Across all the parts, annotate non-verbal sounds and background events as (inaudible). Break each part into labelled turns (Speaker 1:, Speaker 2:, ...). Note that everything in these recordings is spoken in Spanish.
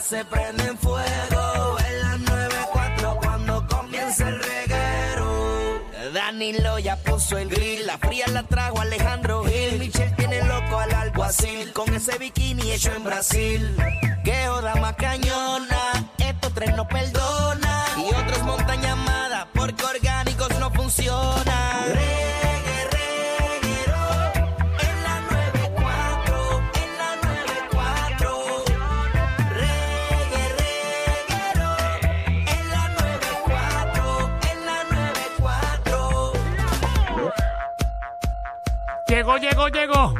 Speaker 1: se prende en fuego. En las 94 cuando comienza el reguero. Danilo ya puso el grill, la fría la trajo Alejandro Gil. Michel tiene loco al alguacil con ese bikini hecho en Brasil. Que joda más cañona, estos tres no perdonan. Y otros montan llamadas porque orgánicos no funcionan. Reggae, reguero, en la 94, en la 94. Reggae, reguero, en la 94, en la 94.
Speaker 2: Llegó, llegó, llegó.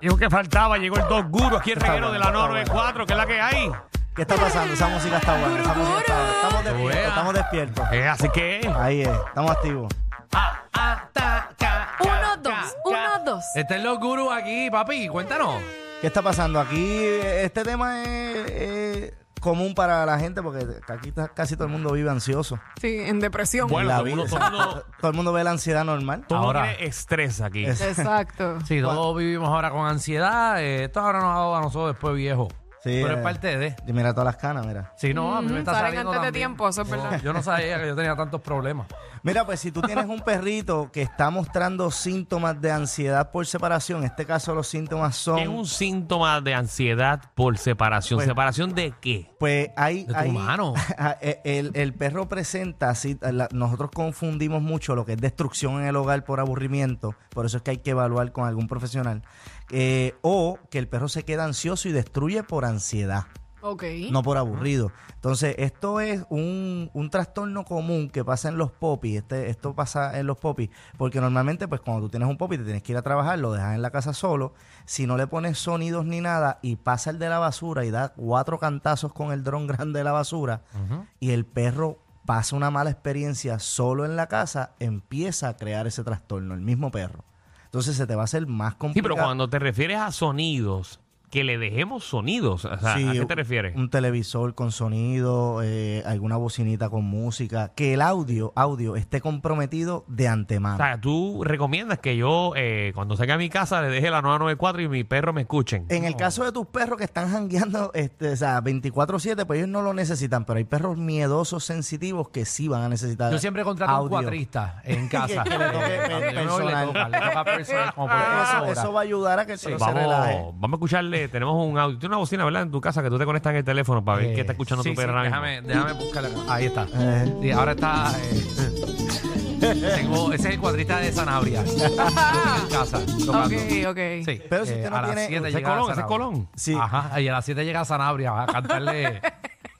Speaker 2: Llegó que faltaba, llegó el dos guru aquí el
Speaker 3: Está
Speaker 2: reguero de
Speaker 3: bueno,
Speaker 2: la
Speaker 3: está
Speaker 2: 994, que es la que hay.
Speaker 3: ¿Qué está pasando? Esa música está buena. Esa música está buena. Estamos despiertos,
Speaker 2: Buena.
Speaker 3: estamos despiertos.
Speaker 2: Eh, así que.
Speaker 3: Ahí es, estamos activos.
Speaker 4: Uno, dos, uno, dos.
Speaker 3: Este
Speaker 5: Están los gurús aquí, papi, cuéntanos.
Speaker 3: ¿Qué está pasando? Aquí eh, este tema es, es común para la gente porque aquí está- casi todo el mundo vive ansioso.
Speaker 4: Sí, en depresión.
Speaker 2: Bueno,
Speaker 3: La
Speaker 2: todo el mundo-
Speaker 3: vida.
Speaker 2: todo el mundo-
Speaker 3: (laughs) Todo el mundo ve la ansiedad normal.
Speaker 2: todo el mundo
Speaker 5: Ahora.
Speaker 2: tiene estrés aquí.
Speaker 3: Es-
Speaker 4: Exacto.
Speaker 5: Sí, todos vivimos ahora con ansiedad. eh, esto ahora nos ha dado a nosotros después viejo.
Speaker 3: Sí,
Speaker 5: Pero
Speaker 3: eh.
Speaker 5: es parte de.
Speaker 3: Y mira todas las canas, mira.
Speaker 5: Si no, a mí me está
Speaker 4: Salen
Speaker 5: saliendo
Speaker 4: antes de
Speaker 5: también.
Speaker 4: tiempo, eso es
Speaker 5: Yo no-
Speaker 4: verdad.
Speaker 5: Yo no sabía que yo tenía tantos problemas.
Speaker 3: Mira, pues si tú tienes un perrito que está mostrando síntomas de ansiedad por separación, en este caso los síntomas
Speaker 2: ¿Qué Es
Speaker 3: son...
Speaker 2: un síntoma de ansiedad por separación.
Speaker 3: Bueno.
Speaker 2: ¿Separación de qué?
Speaker 3: Pues hay...
Speaker 5: De tu
Speaker 3: hay- (laughs) Ah, eh,
Speaker 5: mano.
Speaker 3: el, el perro presenta, así, la- nosotros confundimos mucho lo que es destrucción en el hogar por aburrimiento, por eso es que hay que evaluar con algún profesional, eh, o que el perro se queda ansioso y destruye por ansiedad,
Speaker 4: (laughs) Ok.
Speaker 3: no por aburrido. Entonces, esto es un, un trastorno común que pasa en los popis, este, esto pasa en los popis, porque normalmente pues cuando tú tienes un popi te tienes que ir a trabajar, lo dejas en la casa solo, si no le pones sonidos ni nada y pasa el de la basura y da cuatro cantazos con el dron (laughs) grande de la basura, y el perro pasa una mala experiencia solo en la casa, empieza a crear ese trastorno, el mismo perro. Entonces se te va a hacer más
Speaker 2: Sí,
Speaker 3: complicado.
Speaker 2: pero cuando te refieres a sonidos, que le dejemos sonidos. O sea,
Speaker 3: Sí, mm.
Speaker 2: ¿A qué te refieres?
Speaker 3: Un televisor con sonido, eh, alguna bocinita con música, que el audio, audio esté comprometido de
Speaker 2: O
Speaker 3: antemano.
Speaker 2: sea, tú recomiendas que yo, eh, cuando salga a mi casa, le deje la 994 y mi perro me escuchen.
Speaker 3: En el caso de tus perros que están (laughs) jangueando este, o sea, 24-7, pues ellos no lo necesitan, pero hay perros miedosos, sensitivos, que sí van a necesitar
Speaker 5: Yo siempre contrato a un
Speaker 3: audio.
Speaker 5: cuatrista
Speaker 3: (laughs)
Speaker 5: en casa.
Speaker 3: Que- que le toque
Speaker 5: Eh, cuando yo me voy, le
Speaker 3: personal.
Speaker 5: toca, le toca personal como
Speaker 4: Ah.
Speaker 5: por tres
Speaker 3: Eso,
Speaker 5: horas.
Speaker 3: eso va a ayudar a que el perro se relaje.
Speaker 2: Ah. Vamos, vamos a escucharle. Tenemos un audio. Tiene una bocina, ¿verdad? En tu casa que tú te conectas en el teléfono para ver
Speaker 5: Eh,
Speaker 2: qué está escuchando
Speaker 5: sí,
Speaker 2: tu
Speaker 5: sí,
Speaker 2: perro. ahora mismo.
Speaker 5: déjame, déjame buscarla. Ahí está.
Speaker 3: Eh.
Speaker 5: Sí, ahora está. eh, (laughs) tengo- ese es el cuadrita de (laughs) Sanabria. en casa. Tocando.
Speaker 4: Ok, ok.
Speaker 5: Sí. eh,
Speaker 3: Pero si usted no
Speaker 5: a las
Speaker 3: tiene-
Speaker 2: Ese
Speaker 5: siete
Speaker 2: es
Speaker 5: llega
Speaker 2: Colón, ese es
Speaker 5: Sanabria.
Speaker 2: Colón.
Speaker 3: Sí.
Speaker 5: Ajá. Y a las 7 llega Sanabria a (laughs) cantarle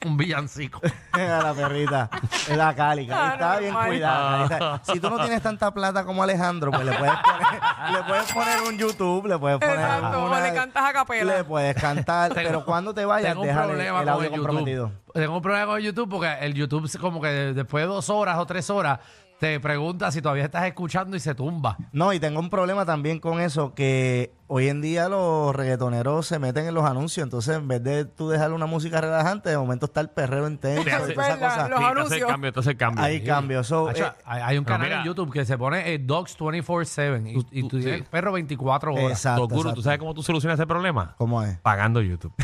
Speaker 5: un villancico.
Speaker 3: (laughs) a la perrita, es la cálica. Está
Speaker 4: Claro,
Speaker 3: bien
Speaker 4: normal.
Speaker 5: Ah.
Speaker 3: cuidada. Está- Si tú no tienes tanta plata como Alejandro, pues le puedes
Speaker 5: (laughs)
Speaker 3: poner, le puedes poner un YouTube, le puedes poner.
Speaker 4: Exacto,
Speaker 3: una-
Speaker 4: o le cantas a capela.
Speaker 3: Le puedes cantar,
Speaker 5: Tengo-
Speaker 3: pero cuando te vayas,
Speaker 5: Tengo un
Speaker 3: déjale
Speaker 5: problema
Speaker 3: el
Speaker 5: con
Speaker 3: audio
Speaker 5: el
Speaker 3: comprometido.
Speaker 5: YouTube. Tengo un problema con el YouTube porque el YouTube, es como que después de dos horas o tres horas, te pregunta si todavía estás escuchando y se tumba.
Speaker 3: No, y tengo un problema también con eso, que hoy en día los reggaetoneros se meten en los anuncios, entonces en vez de tú dejarle una música relajante, de momento está el perreo intenso
Speaker 2: Te hace-
Speaker 3: y toda esa cosa.
Speaker 4: Verdad, Los
Speaker 2: Sí, entonces el
Speaker 4: anuncios.
Speaker 2: cambio, entonces el cambio.
Speaker 3: Hay cambios. So,
Speaker 5: Hacho,
Speaker 3: eh,
Speaker 5: hay, hay un
Speaker 2: pero
Speaker 5: canal
Speaker 2: mira,
Speaker 5: en YouTube que se pone eh, Dogs 24-7 y, y tú, tienes perro 24 horas.
Speaker 3: exacto,
Speaker 2: Toguro, ¿tú
Speaker 3: exacto.
Speaker 2: sabes cómo tú solucionas ese problema?
Speaker 3: ¿Cómo es?
Speaker 2: Pagando YouTube.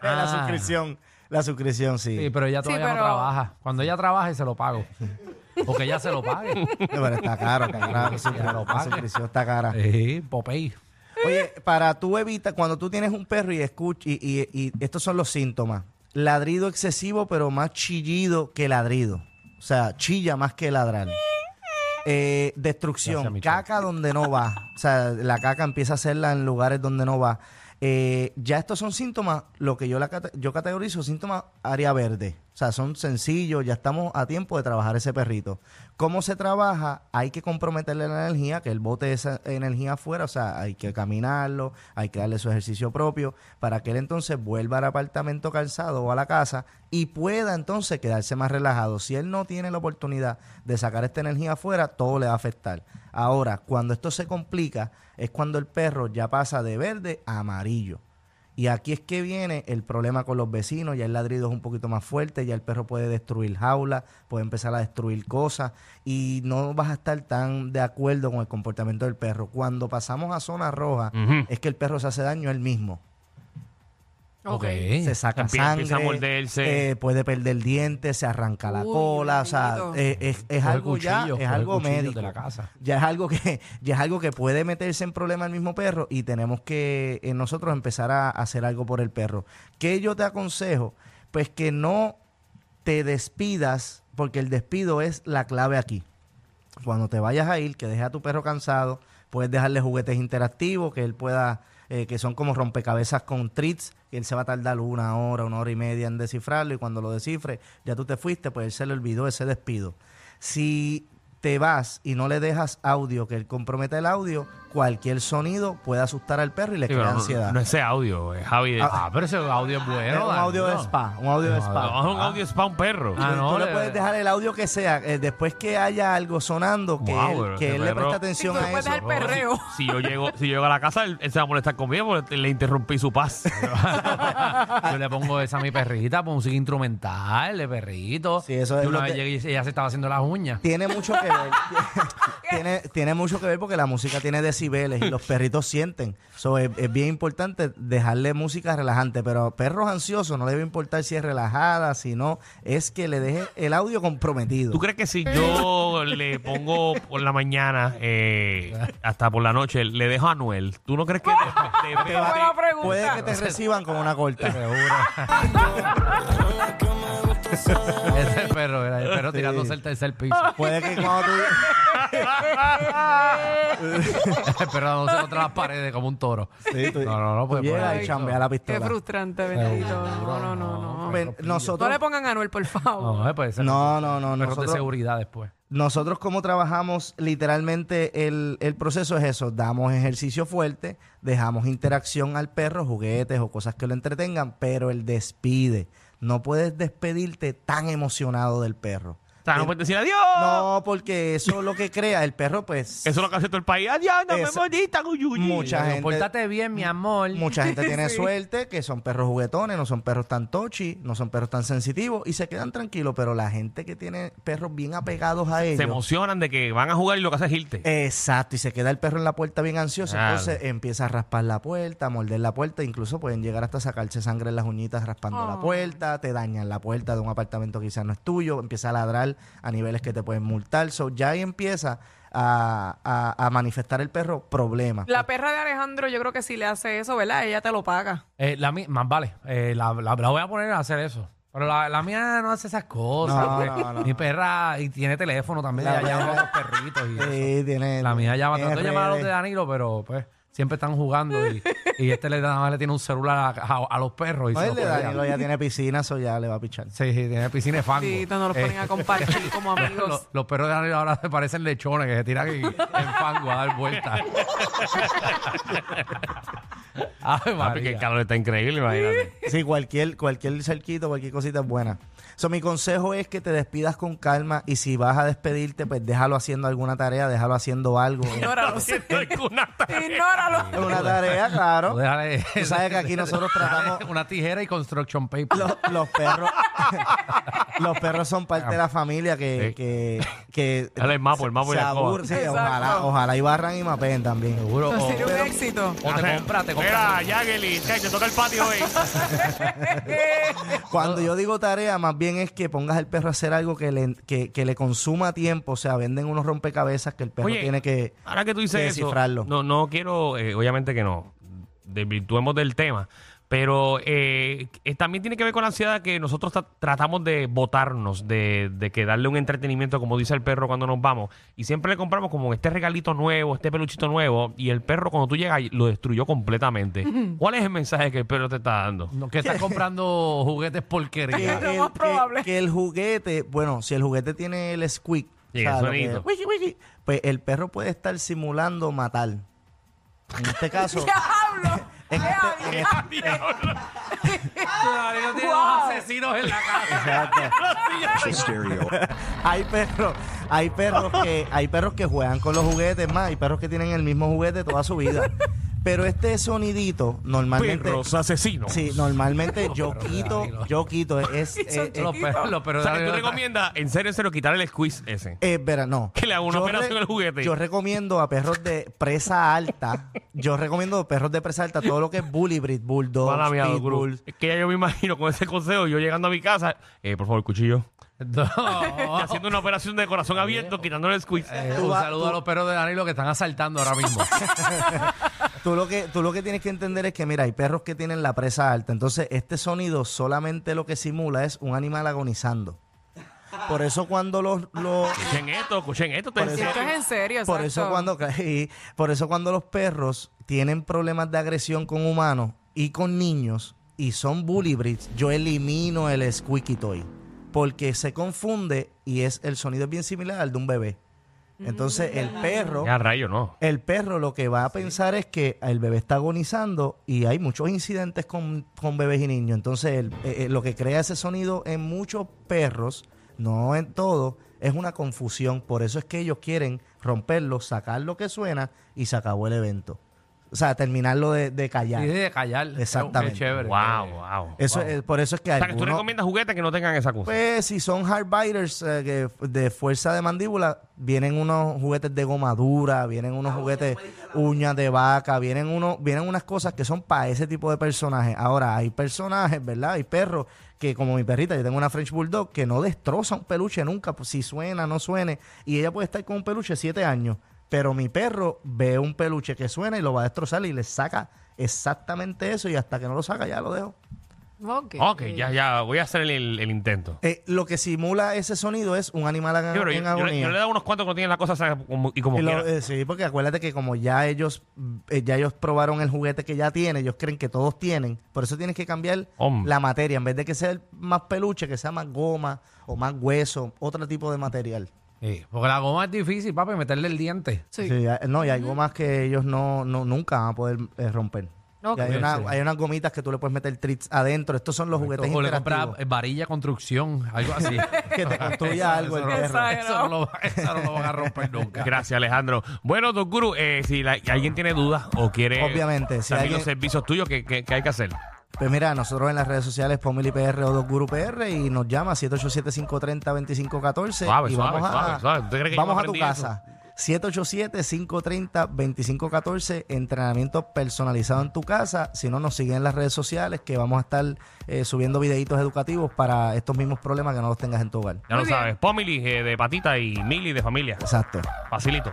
Speaker 3: La
Speaker 5: Ah.
Speaker 3: suscripción, la suscripción,
Speaker 5: Sí, pero ella
Speaker 4: Sí,
Speaker 5: todavía
Speaker 4: pero-
Speaker 5: no trabaja. Cuando ella trabaje, se
Speaker 3: (laughs)
Speaker 5: lo pago. O que ella se lo pague.
Speaker 3: No, pero está caro, está caro.
Speaker 5: (laughs)
Speaker 3: La suscripción, la suscripción está cara.
Speaker 5: Sí, Popey.
Speaker 3: Oye, para tú evitar, cuando tú tienes un perro y escuchas, y, y- y estos son los síntomas: ladrido excesivo, pero más chillido que ladrido. O sea, chilla más que ladrar. Eh,
Speaker 5: Gracias,
Speaker 3: destrucción,
Speaker 5: Michelle.
Speaker 3: caca donde no va. O sea, la caca empieza a hacerla en lugares donde no va. Eh, ya estos son síntomas, lo que yo, la, cate- yo categorizo síntomas área verde. O sea, son sencillos, ya estamos a tiempo de trabajar ese perrito. ¿Cómo se trabaja? Hay que comprometerle la energía, que él bote esa energía afuera. O sea, hay que caminarlo, hay que darle su ejercicio propio para que él entonces vuelva al apartamento calzado o a la casa y pueda entonces quedarse más relajado. Si él no tiene la oportunidad de sacar esta energía afuera, todo le va a afectar. Ahora, cuando esto se complica, es cuando el perro ya pasa de verde a amarillo. Y aquí es que viene el problema con los vecinos, ya el ladrido es un poquito más fuerte, ya el perro puede destruir jaulas, puede empezar a destruir cosas y no vas a estar tan de acuerdo con el comportamiento del perro. Cuando pasamos a zona roja,
Speaker 2: Ujú.
Speaker 3: es que el perro se hace daño él mismo.
Speaker 4: Ok.
Speaker 3: se saca
Speaker 2: Empie- empieza a
Speaker 3: sangre,
Speaker 2: morderse.
Speaker 3: eh, puede perder dientes, se arranca la
Speaker 4: Uy,
Speaker 3: cola, o sea,
Speaker 4: bendito.
Speaker 3: eh, es, es
Speaker 5: Coge
Speaker 3: algo ya,
Speaker 5: cuchillos,
Speaker 3: es
Speaker 5: coge
Speaker 3: algo
Speaker 5: cuchillos de
Speaker 3: médico.
Speaker 5: la casa.
Speaker 3: Ya es algo que (laughs) ya es algo que puede meterse en problemas el mismo perro y tenemos que eh, nosotros empezar a hacer algo por el perro. ¿Qué yo te aconsejo? Pues que no te despidas porque el despido es la clave aquí cuando te vayas a ir, que dejes a tu perro cansado, puedes dejarle juguetes interactivos, que él pueda, eh, que son como rompecabezas con treats, que él se va a tardar una hora, una hora y media en descifrarlo, y cuando lo descifre, ya tú te fuiste, pues él se le olvidó ese despido. Si te vas y no le dejas audio, que él comprometa el audio, cualquier sonido puede asustar al perro y le
Speaker 2: Sí,
Speaker 3: crea
Speaker 2: pero no,
Speaker 3: ansiedad.
Speaker 2: no ese audio, es Javi. de-
Speaker 5: Ah, pero ese audio es
Speaker 3: Es
Speaker 5: bueno.
Speaker 3: un audio de
Speaker 5: Danilo.
Speaker 3: spa, un audio de
Speaker 5: No,
Speaker 3: spa.
Speaker 2: No, es un audio es para un perro.
Speaker 5: Ah,
Speaker 3: tú,
Speaker 5: no,
Speaker 3: tú le
Speaker 5: le-
Speaker 3: puedes dejar el audio que sea, eh, después que haya algo sonando, que
Speaker 2: Wow,
Speaker 3: él,
Speaker 2: pero
Speaker 3: que
Speaker 2: ese
Speaker 3: él le
Speaker 2: perro-
Speaker 3: preste
Speaker 4: Sí, tú
Speaker 3: atención
Speaker 4: le
Speaker 3: a
Speaker 4: puedes
Speaker 3: eso.
Speaker 4: dar perreo.
Speaker 2: Si yo llego, si yo llego a la casa, él, él se va a molestar conmigo porque le interrumpí su paz.
Speaker 5: Yo le pongo esa a mi perrita, pongo música instrumental de perrito.
Speaker 3: Sí, eso es
Speaker 5: Yo una
Speaker 3: lo
Speaker 5: vez
Speaker 3: que-
Speaker 5: llegué y ella se estaba haciendo las uñas.
Speaker 3: Tiene mucho que ver. (laughs) tiene, tiene mucho que ver porque la música tiene decibeles y los perritos sienten. So, es, es bien importante dejarle música relajante, pero a perros ansiosos no le debe importar si es relajada, si no, es que le deje el audio comprometido.
Speaker 2: ¿Tú crees que si yo le pongo por la mañana eh, hasta por la noche, le dejo a Anuel, ¿tú no crees que te- te-
Speaker 4: Qué buena pregunta.
Speaker 3: Puede que te reciban con una corta.
Speaker 5: (laughs) Ese perro era el perro
Speaker 3: Sí.
Speaker 5: tirándose el tercer piso.
Speaker 3: Puede que cuando tú...
Speaker 5: el (laughs) perro dándose contra las paredes como un toro.
Speaker 3: Sí, tú-
Speaker 5: No, no, no,
Speaker 3: tú
Speaker 5: pues,
Speaker 3: llegas
Speaker 5: pues,
Speaker 3: y chambea la
Speaker 4: Qué
Speaker 3: pistola.
Speaker 4: frustrante, bendito. No, no, no, no.
Speaker 3: Ven,
Speaker 4: No le
Speaker 3: nosotros,
Speaker 4: pongan a Anuel, por favor.
Speaker 5: No, eh, pues, ese-
Speaker 3: no, no, no,
Speaker 5: perros de
Speaker 3: nosotros,
Speaker 5: seguridad después.
Speaker 3: Nosotros como trabajamos literalmente el, el proceso es eso, damos ejercicio fuerte, dejamos interacción al perro, juguetes o cosas que lo entretengan, pero el despide. No puedes despedirte tan emocionado del perro.
Speaker 2: O
Speaker 3: Eh,
Speaker 2: sea, no puedes decir adiós.
Speaker 3: No, porque eso es lo que crea el perro, pues
Speaker 2: (laughs) Eso es lo que hace todo el país. Adiós, no me
Speaker 3: Esa-
Speaker 2: molesta, guyuyi.
Speaker 3: mucha
Speaker 5: Pero
Speaker 3: gente,
Speaker 5: Pórtate bien, mi amor.
Speaker 3: mucha gente
Speaker 2: (laughs)
Speaker 3: tiene suerte, que son perros juguetones, no son perros tan tochi, no son perros tan sensitivos y se quedan tranquilos, pero la gente que tiene perros bien apegados a
Speaker 2: Se
Speaker 3: ellos.
Speaker 2: emocionan de que van a jugar y lo que hace es
Speaker 3: Eh,
Speaker 2: irte.
Speaker 3: Exacto, y se queda el perro en la puerta bien ansioso.
Speaker 2: Claro.
Speaker 3: Entonces empieza a raspar la puerta, a morder la puerta. Incluso pueden llegar hasta sacarse sangre en las uñitas raspando la
Speaker 4: Oh.
Speaker 3: puerta. Te dañan la puerta de un apartamento que quizás no es tuyo. Empieza a ladrar a niveles que te pueden multar. So, ya ahí empieza a, a- a manifestar el perro problemas.
Speaker 4: La perra de Alejandro, yo creo que si le hace eso, ¿verdad? Ella te lo paga.
Speaker 5: Eh, la mía, más vale, eh, la, la- la voy a poner a hacer eso. Pero la, la mía no hace esas cosas.
Speaker 3: No,
Speaker 5: porque
Speaker 3: no, no.
Speaker 5: Mi perra y tiene teléfono también.
Speaker 3: La
Speaker 5: ella llama a
Speaker 3: mía-
Speaker 5: los perritos y eso.
Speaker 3: Sí, tiene-
Speaker 5: La mía llama.
Speaker 3: tiene
Speaker 5: Trato de llamar a los de
Speaker 3: redes.
Speaker 5: Danilo, pero pues siempre están jugando y, y este le, nada más le tiene un celular a, a- a los perros. Y
Speaker 3: No,
Speaker 5: se
Speaker 3: el de
Speaker 5: los juega.
Speaker 3: Danilo ya tiene piscina, eso ya le va a pichar.
Speaker 5: Sí, sí, tiene piscina de fango.
Speaker 4: Sí, no los
Speaker 5: Eh,
Speaker 4: ponen a compartir como
Speaker 5: los,
Speaker 4: amigos.
Speaker 5: los perros de Danilo ahora se parecen lechones que se tiran en, en fango a dar vueltas. Ay,
Speaker 2: Papi, que el
Speaker 5: María.
Speaker 2: calor está increíble, imagínate.
Speaker 3: Sí, cualquier, cualquier cerquito, cualquier cosita es buena. So, mi consejo es que te despidas con calma y si vas a despedirte, pues déjalo haciendo alguna tarea, déjalo
Speaker 2: (laughs)
Speaker 3: haciendo algo.
Speaker 4: Ignóralo.
Speaker 2: Alguna tarea.
Speaker 3: Es
Speaker 4: (laughs) Ignóralo.
Speaker 3: una tarea,
Speaker 5: Tú
Speaker 3: claro.
Speaker 5: déjale-
Speaker 3: Tú sabes que aquí nosotros tratamos
Speaker 5: Dale una tijera y construction paper.
Speaker 3: los,
Speaker 2: (laughs)
Speaker 3: los perros. los perros son parte de la familia que,
Speaker 2: Sí.
Speaker 3: que, que
Speaker 2: Dale el mapo, el mapo y
Speaker 3: se
Speaker 2: la escoba.
Speaker 3: aburre. Sí,
Speaker 4: Exacto.
Speaker 3: ojalá, ojalá y barran y mapen también.
Speaker 5: Seguro. O,
Speaker 4: Sería un
Speaker 5: o
Speaker 4: éxito. (laughs)
Speaker 5: te compras, te compras.
Speaker 2: Mira, Jacqueline, que te toca el patio hoy.
Speaker 4: Eh,
Speaker 3: Cuando yo digo tarea, más bien es que pongas al perro a hacer algo que le, que, que le consuma tiempo. O sea, venden unos rompecabezas que el perro
Speaker 2: Oye,
Speaker 3: tiene que.
Speaker 2: Ahora que tú
Speaker 3: que
Speaker 2: dices eso,
Speaker 3: descifrarlo.
Speaker 2: no, no quiero, eh, obviamente que no, desvirtuemos del tema, pero eh, eh, también tiene que ver con la ansiedad que nosotros tra- tratamos de botarnos, de, de que darle un entretenimiento, como dice el perro cuando nos vamos, y siempre le compramos como este regalito nuevo, este peluchito nuevo, y el perro cuando tú llegas lo destruyó completamente. ¿Cuál es el mensaje que el perro te está dando?
Speaker 5: No, que estás comprando juguetes
Speaker 3: que,
Speaker 5: porquería.
Speaker 4: lo
Speaker 3: el-
Speaker 4: más
Speaker 3: que-
Speaker 4: probable.
Speaker 3: que el juguete, bueno, si el juguete tiene el squeak,
Speaker 2: Sí,
Speaker 3: o sea,
Speaker 2: el
Speaker 3: lo que-
Speaker 2: sonidito.
Speaker 3: wiki, wiki, pues el perro puede estar simulando matar. En este
Speaker 4: (laughs)
Speaker 3: caso,
Speaker 4: ¡Diablo!
Speaker 3: en este- en este-
Speaker 5: Danilo tiene dos asesinos en la casa.
Speaker 4: (laughs)
Speaker 3: hay perros, hay perros que, hay perros que juegan con los juguetes más, hay perros que tienen el mismo juguete toda su vida. Pero este sonidito normalmente...
Speaker 2: Perros asesinos.
Speaker 3: Sí,
Speaker 4: (laughs)
Speaker 3: normalmente yo quito,
Speaker 5: Danilo.
Speaker 3: yo quito, es... es-
Speaker 4: Son
Speaker 3: es-
Speaker 5: Los perros, los perros
Speaker 2: O sea, que
Speaker 5: de
Speaker 2: tú
Speaker 5: la-
Speaker 2: recomiendas, en serio, en serio, quitar el squeeze ese.
Speaker 3: Eh, espera, no.
Speaker 2: Que le haga una
Speaker 3: Yo
Speaker 2: operación
Speaker 3: re-
Speaker 2: al juguete.
Speaker 3: Yo recomiendo a perros de presa alta. yo recomiendo perros de presa alta todo lo que es bully breed, bulldog,
Speaker 2: Mala mía, Doc Cruz.
Speaker 3: pitbull.
Speaker 2: Es que ya yo me imagino con ese consejo, yo llegando a mi casa, eh, por favor, cuchillo.
Speaker 3: Ah.
Speaker 5: No.
Speaker 3: (laughs)
Speaker 2: Y haciendo una operación de corazón abierto, quitándole el squeeze.
Speaker 5: Eh,
Speaker 3: Tú
Speaker 5: un
Speaker 3: vas-
Speaker 5: saludo
Speaker 3: tú-
Speaker 5: a los perros de Danilo que están asaltando ahora mismo.
Speaker 3: Tú lo, que, tú lo que tienes que entender es que, mira, hay perros que tienen la presa alta. Entonces, este sonido solamente lo que simula es un animal agonizando. Por eso cuando los... los-
Speaker 2: Escuchen esto, escuchen esto.
Speaker 3: Por
Speaker 2: ustedes-
Speaker 3: eso-
Speaker 4: Esto es en serio,
Speaker 3: por,
Speaker 4: exacto.
Speaker 3: eso cuando, (laughs) y por eso cuando los perros tienen problemas de agresión con humanos y con niños y son bully breeds, yo elimino el squeaky toy. Porque se confunde y es el sonido es bien similar al de un bebé. Entonces, el perro...
Speaker 2: Ya, rayo, no.
Speaker 3: El perro lo que va a pensar es que el bebé está agonizando y hay muchos incidentes con, con bebés y niños. Entonces, el- eh, eh, lo que crea ese sonido en muchos perros, no en todos, es una confusión. Por eso es que ellos quieren romperlo, sacar lo que suena y se acabó el evento. O sea, terminarlo de, de callar.
Speaker 5: Y de callar.
Speaker 3: Exactamente.
Speaker 5: Qué chévere.
Speaker 2: Wow,
Speaker 5: Eh,
Speaker 2: wow.
Speaker 3: Eso,
Speaker 2: wow.
Speaker 3: es- por eso es que
Speaker 2: O sea, que tú
Speaker 3: algunos-
Speaker 2: recomiendas juguetes que no tengan esa cosa.
Speaker 3: pues si son hard biters eh, que f- de fuerza de mandíbula, vienen unos juguetes de goma dura, vienen unos juguetes uñas de vaca, vienen uno, vienen unas cosas que son para ese tipo de personajes. Ahora, hay personajes, ¿verdad? Hay perros que, como mi perrita, yo tengo una French Bulldog que no destroza un peluche nunca, pues, si suena, no suene. Y ella puede estar con un peluche siete años. Pero mi perro ve un peluche que suena y lo va a destrozar y le saca exactamente eso y hasta que no lo saca ya lo dejo.
Speaker 4: Ok.
Speaker 2: ok, ya, ya, voy a hacer el, el- el intento.
Speaker 3: Eh, lo que simula ese sonido es un animal aga-
Speaker 2: Sí, pero yo,
Speaker 3: en
Speaker 2: yo le,
Speaker 3: agonía.
Speaker 2: yo le he dado unos cuantos que no tienen la cosa esa como- y como
Speaker 3: Y lo-
Speaker 2: quiera.
Speaker 3: eh, sí, porque acuérdate que como ya ellos eh, ya ellos probaron el juguete que ya tiene, ellos creen que todos tienen. Por eso tienes que cambiar
Speaker 2: Hombre.
Speaker 3: la materia. En vez de que sea el más peluche, que sea más goma o más hueso, otro tipo de material.
Speaker 5: Sí, porque la goma es difícil, papi, meterle el diente.
Speaker 4: Sí.
Speaker 3: Sí, hay- no, y hay gomas que ellos no, no- nunca van a poder eh, romper.
Speaker 4: Ok.
Speaker 3: Y hay, una-
Speaker 5: Sí.
Speaker 3: hay unas gomitas que tú le puedes meter treats adentro. Estos son los juguetes
Speaker 5: o le compras
Speaker 3: interactivos.
Speaker 5: eh, varilla construcción, algo así.
Speaker 3: Que
Speaker 2: (laughs)
Speaker 3: te construya algo el
Speaker 5: no-
Speaker 3: perro.
Speaker 5: eso no lo va- eso no lo van a romper nunca.
Speaker 2: Gracias, Alejandro. Bueno, Don Guru, eh, si la- alguien tiene dudas o quiere.
Speaker 3: Obviamente, si
Speaker 2: También
Speaker 3: alguien-
Speaker 2: los servicios tuyos, que hay que hacer?
Speaker 3: Pues mira, nosotros en las redes sociales Pomili PR o Dos Guru PR y nos llama 787-530-2514
Speaker 2: Suave,
Speaker 3: y
Speaker 2: suave,
Speaker 3: vamos
Speaker 2: suave,
Speaker 3: a,
Speaker 2: suave. ¿Tú crees que yo
Speaker 3: vamos
Speaker 2: me
Speaker 3: a tu
Speaker 2: aprendí
Speaker 3: casa. 787-530-2514, entrenamiento personalizado en tu casa. Si no, nos siguen en las redes sociales que vamos a estar eh, subiendo videitos educativos para estos mismos problemas que no los tengas en tu hogar.
Speaker 2: Ya
Speaker 4: Muy
Speaker 2: lo
Speaker 4: bien.
Speaker 2: sabes. Pomili eh, de patita y Mili de familia.
Speaker 3: Exacto.
Speaker 2: Facilito.